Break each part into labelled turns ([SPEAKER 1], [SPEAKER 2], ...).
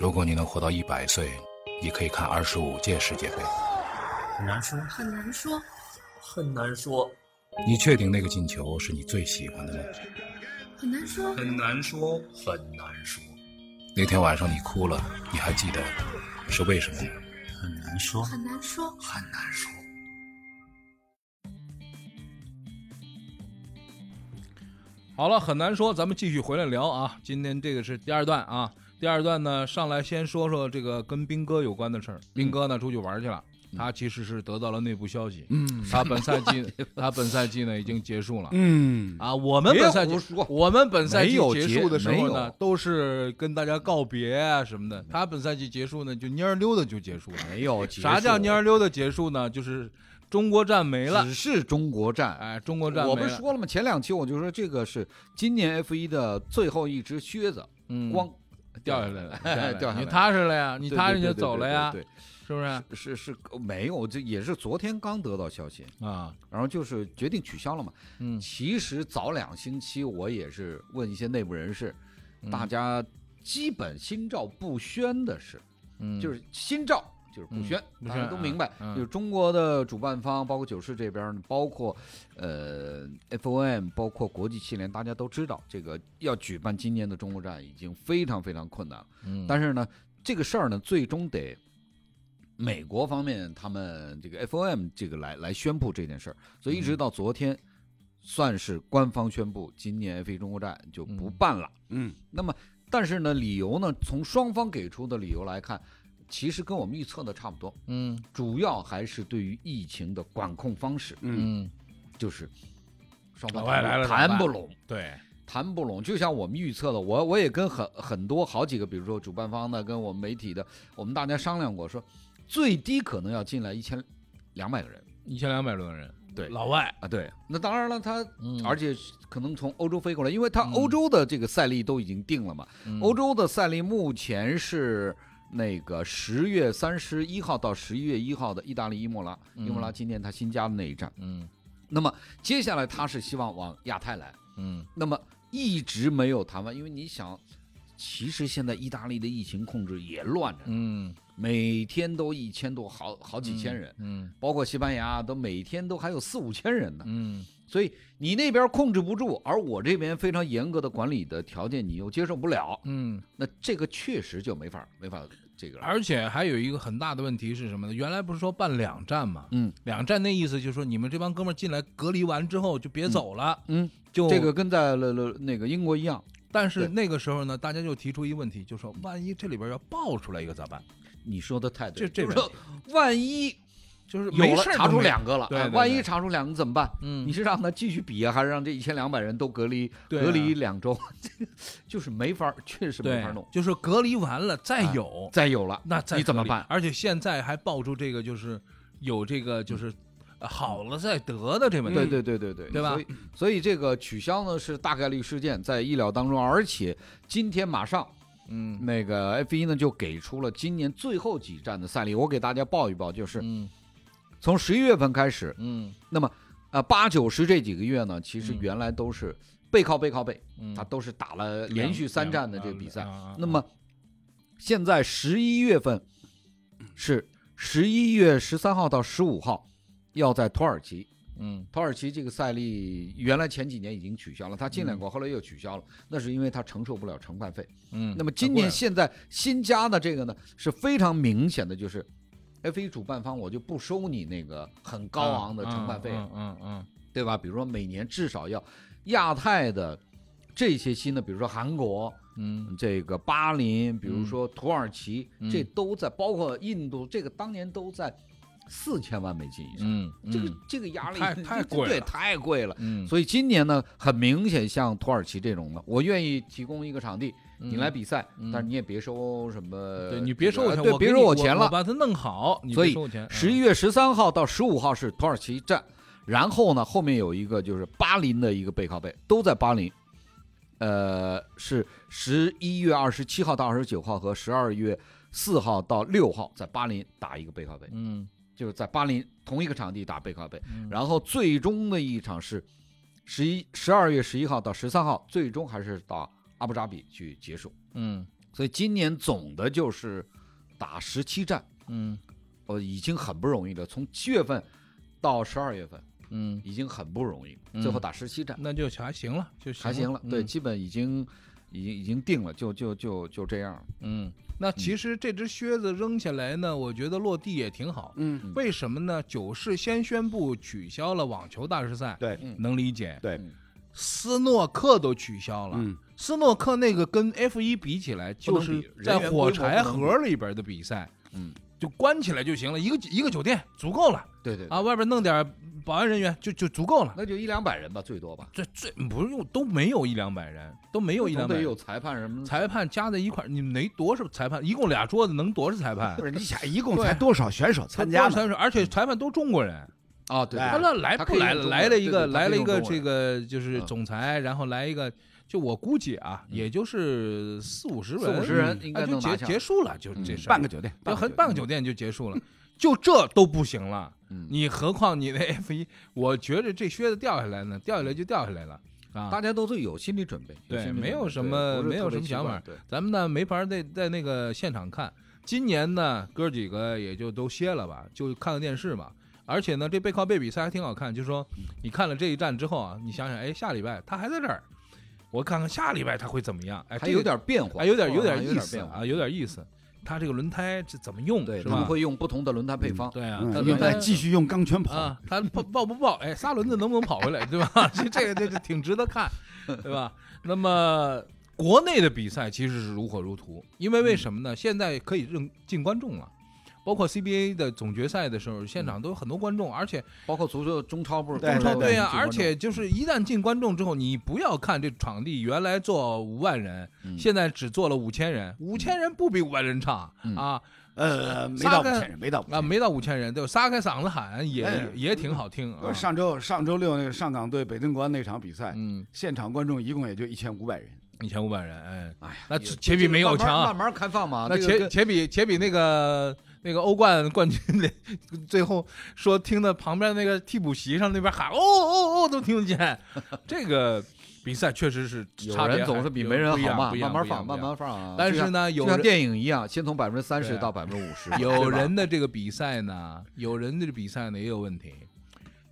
[SPEAKER 1] 如果你能活到一百岁，你可以看二十五届世界杯。
[SPEAKER 2] 很难说，
[SPEAKER 3] 很难说。
[SPEAKER 2] 很难说，
[SPEAKER 1] 你确定那个进球是你最喜欢的吗？
[SPEAKER 3] 很难说，
[SPEAKER 2] 很难说，很难说，
[SPEAKER 1] 那天晚上你哭了，你还记得是为什么吗？
[SPEAKER 2] 很难说，
[SPEAKER 3] 很难说。
[SPEAKER 2] 很难说。
[SPEAKER 4] 好了，很难说，咱们继续回来聊啊。今天这个是第二段啊，第二段呢，上来先说说这个跟斌哥有关的事儿。斌哥呢出去玩去了，他其实是得到了内部消息，
[SPEAKER 5] 嗯
[SPEAKER 4] 他本赛季他本赛季呢已经结束了。
[SPEAKER 5] 嗯，
[SPEAKER 4] 啊，我们本赛季
[SPEAKER 5] 别胡说
[SPEAKER 4] 我们本赛季
[SPEAKER 5] 没有
[SPEAKER 4] 结
[SPEAKER 5] 结
[SPEAKER 4] 束的时
[SPEAKER 5] 没
[SPEAKER 4] 候
[SPEAKER 5] 有
[SPEAKER 4] 呢，都是跟大家告别啊什么的。他本赛季结束呢，就蔫儿溜的就结束了。
[SPEAKER 5] 嗯没有结束
[SPEAKER 4] 啥叫蔫儿溜的结束呢？就是中国站没了
[SPEAKER 5] 只，是中国站。
[SPEAKER 4] 哎，中国站没了。
[SPEAKER 5] 我不是说了吗？前两期我就说这个是今年 F 一的最后一只靴子，
[SPEAKER 4] 嗯
[SPEAKER 5] 光
[SPEAKER 4] 掉下来了，
[SPEAKER 5] 掉下来
[SPEAKER 4] 你
[SPEAKER 5] 了
[SPEAKER 4] 踏实了呀，你
[SPEAKER 5] 对
[SPEAKER 4] 踏实
[SPEAKER 5] 对
[SPEAKER 4] 你就
[SPEAKER 5] 对对
[SPEAKER 4] 走了
[SPEAKER 5] 对
[SPEAKER 4] 呀，
[SPEAKER 5] 对，
[SPEAKER 4] 是不是？
[SPEAKER 5] 对是是没有，这也是昨天刚得到消息，
[SPEAKER 4] 啊，
[SPEAKER 5] 然后就是决定取消了嘛。
[SPEAKER 4] 嗯
[SPEAKER 5] 其实早两星期我也是问一些内部人士，
[SPEAKER 4] 嗯
[SPEAKER 5] 大家基本心照不宣的是，
[SPEAKER 4] 嗯，
[SPEAKER 5] 就是心照就是不宣，
[SPEAKER 4] 嗯不
[SPEAKER 5] 大家
[SPEAKER 4] 宣
[SPEAKER 5] 都明白
[SPEAKER 4] 嗯，嗯
[SPEAKER 5] 就是中国的主办方，包括九市这边，包括呃 FOM，包括国际汽联，大家都知道这个要举办今年的中国站已经非常非常困难了。
[SPEAKER 4] 嗯，
[SPEAKER 5] 但是呢，这个事儿呢，最终得美国方面他们这个 FOM 这个来来宣布这件事儿，所以一直到昨天，算是官方宣布今年 F 1中国站就不办了。嗯，那么但是呢，理由呢，从双方给出的理由来看，其实跟我们预测的差不多，
[SPEAKER 4] 嗯
[SPEAKER 5] 主要还是对于疫情的管控方式，
[SPEAKER 4] 嗯，
[SPEAKER 5] 就是双
[SPEAKER 4] 老
[SPEAKER 5] 方
[SPEAKER 4] 外来了怎么
[SPEAKER 5] 谈
[SPEAKER 4] 办
[SPEAKER 5] 不拢。
[SPEAKER 4] 对，
[SPEAKER 5] 谈不拢，就像我们预测的，我我也跟很很多好几个，比如说主办方的，跟我们媒体的，我们大家商量过，说最低可能要进来一千两百个人
[SPEAKER 4] 一千两百多个人，
[SPEAKER 5] 对
[SPEAKER 4] 老外，
[SPEAKER 5] 啊。对，那当然了，他
[SPEAKER 4] 嗯
[SPEAKER 5] 而且可能从欧洲飞过来，因为他
[SPEAKER 4] 嗯
[SPEAKER 5] 欧洲的这个赛例都已经定了嘛。
[SPEAKER 4] 嗯
[SPEAKER 5] 欧洲的赛例目前是那个十月三十一号到十一月一号的意大利伊莫拉，伊莫拉今年他新加的那一站。
[SPEAKER 4] 嗯
[SPEAKER 5] 那么接下来他是希望往亚太来。
[SPEAKER 4] 嗯
[SPEAKER 5] 那么一直没有谈完，因为你想，其实现在意大利的疫情控制也乱着呢，
[SPEAKER 4] 嗯
[SPEAKER 5] 每天都一千多，好好几千人，
[SPEAKER 4] 嗯
[SPEAKER 5] 包括西班牙都每天都还有四五千人呢。
[SPEAKER 4] 嗯
[SPEAKER 5] 所以你那边控制不住，而我这边非常严格的管理的条件你又接受不了，
[SPEAKER 4] 嗯，哎
[SPEAKER 5] 那这个确实就没法没法这个了。
[SPEAKER 4] 而且还有一个很大的问题是什么呢？原来不是说办两站吗？
[SPEAKER 5] 嗯
[SPEAKER 4] 两站那意思就是说，你们这帮哥们儿进来隔离完之后就别走了，
[SPEAKER 5] 嗯，
[SPEAKER 4] 就
[SPEAKER 5] 这个。跟在了了那个英国一样，
[SPEAKER 4] 但是
[SPEAKER 5] 对
[SPEAKER 4] 那个时候呢，大家就提出一个问题，就说万一这里边要爆出来一个咋办？
[SPEAKER 5] 你说的太对
[SPEAKER 4] 这
[SPEAKER 5] 了，
[SPEAKER 4] 这
[SPEAKER 5] 就是
[SPEAKER 4] 问
[SPEAKER 5] 说万一
[SPEAKER 4] 就是
[SPEAKER 5] 有
[SPEAKER 4] 没
[SPEAKER 5] 了
[SPEAKER 4] 事儿
[SPEAKER 5] 查
[SPEAKER 4] 都
[SPEAKER 5] 出
[SPEAKER 4] 没
[SPEAKER 5] 两个了，
[SPEAKER 4] 对
[SPEAKER 5] 哎
[SPEAKER 4] 对
[SPEAKER 5] 万
[SPEAKER 4] 对
[SPEAKER 5] 一查出两个怎么办？
[SPEAKER 4] 嗯
[SPEAKER 5] 你是让他继续比啊，还是让这一千两百人都隔离
[SPEAKER 4] 对啊
[SPEAKER 5] 隔离两周？ 这个就是没法儿，确实没
[SPEAKER 4] 对
[SPEAKER 5] 法儿弄，。
[SPEAKER 4] 就是隔离完了再
[SPEAKER 5] 哎
[SPEAKER 4] 有，
[SPEAKER 5] 再有了，
[SPEAKER 4] 那再
[SPEAKER 5] 你怎么
[SPEAKER 4] 隔离
[SPEAKER 5] 办？
[SPEAKER 4] 而且现在还爆出这个，就是有这个就是呃好了再得的这问题。
[SPEAKER 5] 嗯对对对对对，
[SPEAKER 4] 嗯对吧
[SPEAKER 5] 所以所以这个取消呢是大概率事件，在意料当中，而且今天马上
[SPEAKER 4] 嗯
[SPEAKER 5] 那个 F 一呢就给出了今年最后几站的赛例，我给大家报一报，就是
[SPEAKER 4] 嗯
[SPEAKER 5] 从十一月份开始，
[SPEAKER 4] 嗯
[SPEAKER 5] 那么呃八九十这几个月呢，其实
[SPEAKER 4] 嗯
[SPEAKER 5] 原来都是背靠背靠背，
[SPEAKER 4] 嗯，
[SPEAKER 5] 他都是打了连续三站的这个比赛
[SPEAKER 4] 啊。啊啊
[SPEAKER 5] 那么现在十一月份
[SPEAKER 4] 嗯
[SPEAKER 5] 是十一月十三号到十五号，要在土耳其。
[SPEAKER 4] 嗯
[SPEAKER 5] 土耳其这个赛例原来前几年已经取消了，他进来过，后来又取消了，那是因为他承受不了承办费。
[SPEAKER 4] 嗯，
[SPEAKER 5] 那么今年现在新加的这个呢，是非常明显的，就是 F 1主办方我就不收你那个很高昂的承办费，啊
[SPEAKER 4] 嗯嗯嗯
[SPEAKER 5] 对吧？比如说每年至少要亚太的这些新的，比如说韩国，
[SPEAKER 4] 嗯嗯
[SPEAKER 5] 这个巴林，比如说土耳其，
[SPEAKER 4] 嗯
[SPEAKER 5] 这都在，包括印度，这个当年都在四千万美金以上。
[SPEAKER 4] 嗯，
[SPEAKER 5] 这个
[SPEAKER 4] 嗯
[SPEAKER 5] 这个压力
[SPEAKER 4] 太太贵了
[SPEAKER 5] 对，太贵了。
[SPEAKER 4] 嗯，
[SPEAKER 5] 所以今年呢，很明显，像土耳其这种的，我愿意提供一个场地，你来比赛，
[SPEAKER 4] 嗯
[SPEAKER 5] 但是你也别收什么，
[SPEAKER 4] 对你别收我
[SPEAKER 5] 呃
[SPEAKER 4] 钱，
[SPEAKER 5] 对，
[SPEAKER 4] 我
[SPEAKER 5] 别
[SPEAKER 4] 给
[SPEAKER 5] 收
[SPEAKER 4] 你
[SPEAKER 5] 我
[SPEAKER 4] 我
[SPEAKER 5] 钱
[SPEAKER 4] 我
[SPEAKER 5] 了。
[SPEAKER 4] 把它弄好，你
[SPEAKER 5] 所
[SPEAKER 4] 别
[SPEAKER 5] 以
[SPEAKER 4] 收我钱。嗯
[SPEAKER 5] 十一月十三号到十五号是土耳其站，然后呢，后面有一个就是巴林的一个背靠背，都在巴林。呃，是十一月二十七号到二十九号和十二月四号到六号在巴林打一个背靠背，
[SPEAKER 4] 嗯
[SPEAKER 5] 就是在巴林同一个场地打背靠背
[SPEAKER 4] 嗯。
[SPEAKER 5] 然后最终的一场是十一十二月十一号到十三号，最终还是到阿布扎比去结束。
[SPEAKER 4] 嗯
[SPEAKER 5] 所以今年总的就是打十七战，
[SPEAKER 4] 嗯
[SPEAKER 5] 呃，已经很不容易了。从七月份到十二月份
[SPEAKER 4] 嗯，
[SPEAKER 5] 已经很不容易，
[SPEAKER 4] 嗯
[SPEAKER 5] 最后打十七战、
[SPEAKER 4] 那就还行了，就
[SPEAKER 5] 还行了，对，
[SPEAKER 4] 嗯
[SPEAKER 5] 基本已经已经已经定了，就就就就这样了。
[SPEAKER 4] 嗯，那其实这只靴子扔下来呢，我觉得落地也挺好。
[SPEAKER 6] 嗯，
[SPEAKER 4] 为什么呢？九市先宣布取消了网球大师赛，
[SPEAKER 6] 对
[SPEAKER 4] 能理解。
[SPEAKER 6] 对，
[SPEAKER 4] 斯诺克都取消了，
[SPEAKER 6] 嗯
[SPEAKER 4] 斯诺克那个跟 F 一比起来，
[SPEAKER 5] 能
[SPEAKER 4] 就
[SPEAKER 5] 比
[SPEAKER 4] 是
[SPEAKER 5] 人
[SPEAKER 4] 在
[SPEAKER 5] 员
[SPEAKER 4] 火
[SPEAKER 5] 规模
[SPEAKER 4] 柴
[SPEAKER 5] 不能
[SPEAKER 4] 盒里边的比赛，
[SPEAKER 5] 嗯，
[SPEAKER 4] 就关起来就行了，一个一个酒店足够了
[SPEAKER 5] 对对对
[SPEAKER 4] 啊，外边弄点保安人员就就足够了。
[SPEAKER 5] 那就一两百人吧，最多吧。
[SPEAKER 4] 这这不用都没有一两百人，都没有一两
[SPEAKER 5] 总
[SPEAKER 4] 百
[SPEAKER 5] 得
[SPEAKER 4] 人
[SPEAKER 5] 有裁判什么的。
[SPEAKER 4] 裁判加在一块儿，你们没多少裁判？一共俩桌子能多少裁判
[SPEAKER 6] 不？是你想一共
[SPEAKER 4] 对
[SPEAKER 6] 才多少选手参加
[SPEAKER 4] 多少
[SPEAKER 6] 呢？
[SPEAKER 4] 裁判而且裁判都中国人。
[SPEAKER 5] 啊，嗯对，对
[SPEAKER 6] 哎
[SPEAKER 4] 他
[SPEAKER 5] 对
[SPEAKER 4] 那来
[SPEAKER 5] 他
[SPEAKER 4] 不
[SPEAKER 5] 可以
[SPEAKER 4] 来
[SPEAKER 5] 用中
[SPEAKER 4] 来
[SPEAKER 5] 文
[SPEAKER 4] 了
[SPEAKER 5] 对
[SPEAKER 4] 一
[SPEAKER 5] 对
[SPEAKER 4] 个
[SPEAKER 5] 他
[SPEAKER 4] 来
[SPEAKER 5] 可
[SPEAKER 4] 了
[SPEAKER 5] 以
[SPEAKER 4] 一
[SPEAKER 5] 用
[SPEAKER 4] 个
[SPEAKER 5] 中文
[SPEAKER 4] 这个就是
[SPEAKER 5] 嗯
[SPEAKER 4] 总裁，然后来一个，就我估计啊，也就是四五十人，
[SPEAKER 5] 四五十人应该
[SPEAKER 4] 哎就
[SPEAKER 5] 能拿
[SPEAKER 4] 结
[SPEAKER 5] 下
[SPEAKER 4] 结束了，就这
[SPEAKER 5] 嗯
[SPEAKER 4] 事儿
[SPEAKER 6] 半个酒店，
[SPEAKER 4] 就很
[SPEAKER 6] 酒店
[SPEAKER 4] 半个酒店就结束了，就这都不行了，
[SPEAKER 5] 嗯
[SPEAKER 4] 你何况你的 F 一，我觉着这靴子掉下来呢，掉下来就掉下来了啊
[SPEAKER 5] 大。家都是有心理准备，
[SPEAKER 4] 对
[SPEAKER 5] 心理
[SPEAKER 4] 没有
[SPEAKER 5] 准备
[SPEAKER 4] 什么
[SPEAKER 5] 对不是
[SPEAKER 4] 没有
[SPEAKER 5] 特
[SPEAKER 4] 什
[SPEAKER 5] 别
[SPEAKER 4] 么
[SPEAKER 5] 奇怪
[SPEAKER 4] 想法
[SPEAKER 5] 对，
[SPEAKER 4] 咱们呢没法在在那个现场看，今年呢哥几个也就都歇了吧，就看个电视吧。而且呢，这背靠背比赛还挺好看，就是说你看了这一站之后啊，你想想，哎，下礼拜他还在这儿，我看看下礼拜他会怎么样？哎，
[SPEAKER 5] 还
[SPEAKER 4] 这个
[SPEAKER 5] 有点变化，
[SPEAKER 4] 哎，有点
[SPEAKER 5] 哦
[SPEAKER 4] 有点
[SPEAKER 5] 还
[SPEAKER 4] 意思
[SPEAKER 5] 变化
[SPEAKER 4] 啊，有点意思。他这个轮胎这怎么用
[SPEAKER 5] 对，
[SPEAKER 4] 是
[SPEAKER 5] 他们
[SPEAKER 4] 吧？
[SPEAKER 5] 会用不同的轮胎配方，
[SPEAKER 4] 对啊，他
[SPEAKER 6] 嗯，
[SPEAKER 4] 轮
[SPEAKER 6] 用
[SPEAKER 4] 胎
[SPEAKER 6] 再继续用钢圈跑
[SPEAKER 4] 啊，，他爆爆不爆？哎，仨轮子能不能跑回来，对吧？ 这这个这这挺值得看，对吧？那么国内的比赛其实是如火如荼，因为为什么呢？现在可以认进观众了。包括 CBA 的总决赛的时候，现场都有很多观众，而且
[SPEAKER 5] 包括足球中超不是
[SPEAKER 6] 对
[SPEAKER 5] 中
[SPEAKER 6] 对
[SPEAKER 5] 超
[SPEAKER 4] 对呀、啊
[SPEAKER 5] 进
[SPEAKER 4] 而
[SPEAKER 5] 观众
[SPEAKER 4] 且就是一旦进观众之后，你不要看这场地原来坐五万人，
[SPEAKER 5] 嗯
[SPEAKER 4] 现在只坐了五千人，五千人不比五万人差、
[SPEAKER 5] 嗯
[SPEAKER 4] 啊
[SPEAKER 6] 呃，没
[SPEAKER 4] 仨
[SPEAKER 6] 到五
[SPEAKER 4] 跟
[SPEAKER 6] 千人，没到五千
[SPEAKER 4] 啊，没到五千人，对吧，撒开嗓子喊也、
[SPEAKER 6] 嗯哎
[SPEAKER 4] 也挺好听啊
[SPEAKER 6] 人。。上周上周六那个上港对北正国安那场比赛，
[SPEAKER 4] 嗯，
[SPEAKER 6] 现场观众一共也就一千五百人，
[SPEAKER 4] 一千五百人，哎，
[SPEAKER 5] 哎呀，
[SPEAKER 4] 那
[SPEAKER 5] 也
[SPEAKER 4] 且且比没有
[SPEAKER 5] 慢慢
[SPEAKER 4] 强啊
[SPEAKER 5] 慢慢开放嘛。
[SPEAKER 4] 那
[SPEAKER 5] 这个
[SPEAKER 4] 且
[SPEAKER 5] 跟
[SPEAKER 4] 且比且比那个那个欧冠冠军那最后说听的旁边那个替补席上那边喊哦哦哦都听得见，这个比赛确实是
[SPEAKER 5] 有人总是比没人好嘛，慢慢放，慢。
[SPEAKER 4] 差别还不一样不一样不一样
[SPEAKER 5] 慢放啊。
[SPEAKER 4] 但
[SPEAKER 5] 就是像
[SPEAKER 4] 呢，有
[SPEAKER 5] 就像
[SPEAKER 4] 人
[SPEAKER 5] 电影一样，先从百分之三
[SPEAKER 4] 对
[SPEAKER 5] 十
[SPEAKER 4] 啊
[SPEAKER 5] 到百分之五十，
[SPEAKER 4] 有
[SPEAKER 5] 对吧
[SPEAKER 4] 人的这个比赛呢，有人的比赛呢也有问题。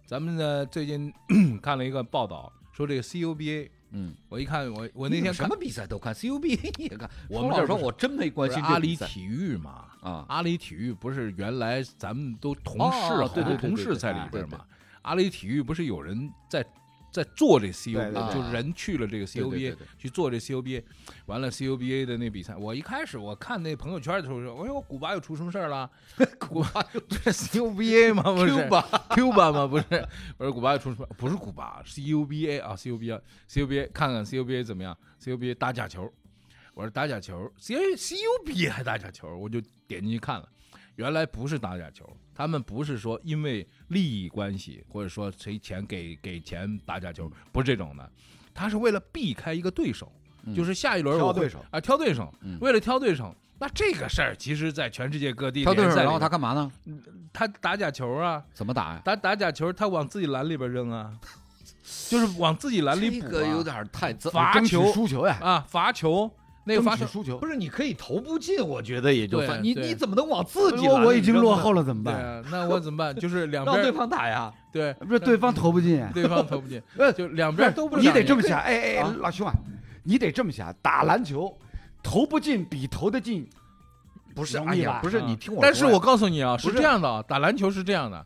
[SPEAKER 4] 咱们呢最近 看了一个报道，说这个 CUBA，
[SPEAKER 5] 嗯，
[SPEAKER 4] 我一看我我
[SPEAKER 5] 我
[SPEAKER 4] 那天
[SPEAKER 5] 什
[SPEAKER 4] 看
[SPEAKER 5] 么比赛都看，CUBA 也看。
[SPEAKER 4] 我
[SPEAKER 5] 说
[SPEAKER 4] 们
[SPEAKER 5] 老
[SPEAKER 4] 这
[SPEAKER 5] 实说
[SPEAKER 4] 不是
[SPEAKER 5] 我真没
[SPEAKER 4] 不
[SPEAKER 5] 关
[SPEAKER 4] 是
[SPEAKER 5] 心
[SPEAKER 4] 阿
[SPEAKER 5] 这
[SPEAKER 4] 里
[SPEAKER 5] 比赛
[SPEAKER 4] 体育嘛，
[SPEAKER 5] 啊。
[SPEAKER 4] 阿里体育不是原来咱们都同
[SPEAKER 5] 哦
[SPEAKER 4] 事好
[SPEAKER 5] 对
[SPEAKER 4] 多
[SPEAKER 5] 对对
[SPEAKER 4] 同
[SPEAKER 5] 对
[SPEAKER 4] 事
[SPEAKER 5] 对
[SPEAKER 4] 在里
[SPEAKER 5] 哎
[SPEAKER 4] 边
[SPEAKER 5] 对
[SPEAKER 4] 嘛？阿里体育不是有人在在做这 CUBA，
[SPEAKER 5] 对
[SPEAKER 4] 就是人去了这个 E
[SPEAKER 5] 对对对
[SPEAKER 4] CUBA
[SPEAKER 5] 对
[SPEAKER 4] 去做这 CUBA，完了 CUBA 的那比赛，我一开始我看那朋友圈的时候说，哎呦，古巴又出什么事儿了？古巴又不 是 CUBA 吗？不是 Cuba 吗？不是，我说古巴又出什么？不是古巴，CUBA 啊，CUBA，CUBA，看看 CUBA 怎么样？CUBA 打假球，我说打假球，CUBA 还打假球，我就点进去看了。原来不是打假球，他们不是说因为利益关系或者说谁钱给给钱打假球，不是这种的，他是为了避开一个对手，
[SPEAKER 5] 嗯
[SPEAKER 4] 就是下一轮
[SPEAKER 6] 挑
[SPEAKER 4] 我会
[SPEAKER 6] 对手
[SPEAKER 4] 啊挑对手，
[SPEAKER 5] 嗯
[SPEAKER 4] 为了挑对手，那这个事儿其实在全世界各地
[SPEAKER 5] 挑对
[SPEAKER 4] 联
[SPEAKER 5] 手，
[SPEAKER 4] 赛
[SPEAKER 5] 然
[SPEAKER 4] 里
[SPEAKER 5] 后他
[SPEAKER 4] 边
[SPEAKER 5] 干嘛呢？
[SPEAKER 4] 他打假球啊，
[SPEAKER 5] 怎么打呀？
[SPEAKER 4] 打打假球他往自己篮里边扔啊， 就是往自己篮里
[SPEAKER 5] 这
[SPEAKER 4] 补、
[SPEAKER 5] 个有
[SPEAKER 4] 啊，
[SPEAKER 5] 点太脏。
[SPEAKER 4] 罚
[SPEAKER 6] 争取
[SPEAKER 4] 球
[SPEAKER 6] 输球呀，
[SPEAKER 4] 啊罚球那个罚
[SPEAKER 6] 争取
[SPEAKER 4] 球
[SPEAKER 6] 输球
[SPEAKER 5] 不，是，你可以投不进，我觉得也就
[SPEAKER 4] 对
[SPEAKER 5] 算。你
[SPEAKER 4] 对
[SPEAKER 5] 你怎么能往自己篮
[SPEAKER 6] 我我
[SPEAKER 5] 里
[SPEAKER 6] 已经
[SPEAKER 5] 扔
[SPEAKER 6] 落
[SPEAKER 5] 呢
[SPEAKER 6] 后了怎么
[SPEAKER 4] 对
[SPEAKER 6] 办？
[SPEAKER 4] 啊，那我怎么办？就是两
[SPEAKER 5] 让
[SPEAKER 4] 边
[SPEAKER 5] 对方打呀。
[SPEAKER 4] 对
[SPEAKER 6] 不是对方投不进，
[SPEAKER 4] 对方投不进，
[SPEAKER 6] 呃
[SPEAKER 4] 就两
[SPEAKER 6] 不是
[SPEAKER 4] 边都不是
[SPEAKER 6] 你得
[SPEAKER 4] 打
[SPEAKER 6] 这么想，哎哎
[SPEAKER 5] 啊，
[SPEAKER 6] 老兄啊，你得这么想，打篮球投不进比投得进
[SPEAKER 5] 不是，
[SPEAKER 6] 容
[SPEAKER 5] 哎
[SPEAKER 6] 易
[SPEAKER 5] 呀，
[SPEAKER 6] 吧
[SPEAKER 5] 不是
[SPEAKER 4] 啊
[SPEAKER 5] 你听我说呀，
[SPEAKER 4] 但是我告诉你啊，是
[SPEAKER 6] 是
[SPEAKER 4] 这样的啊，打篮球是这样的，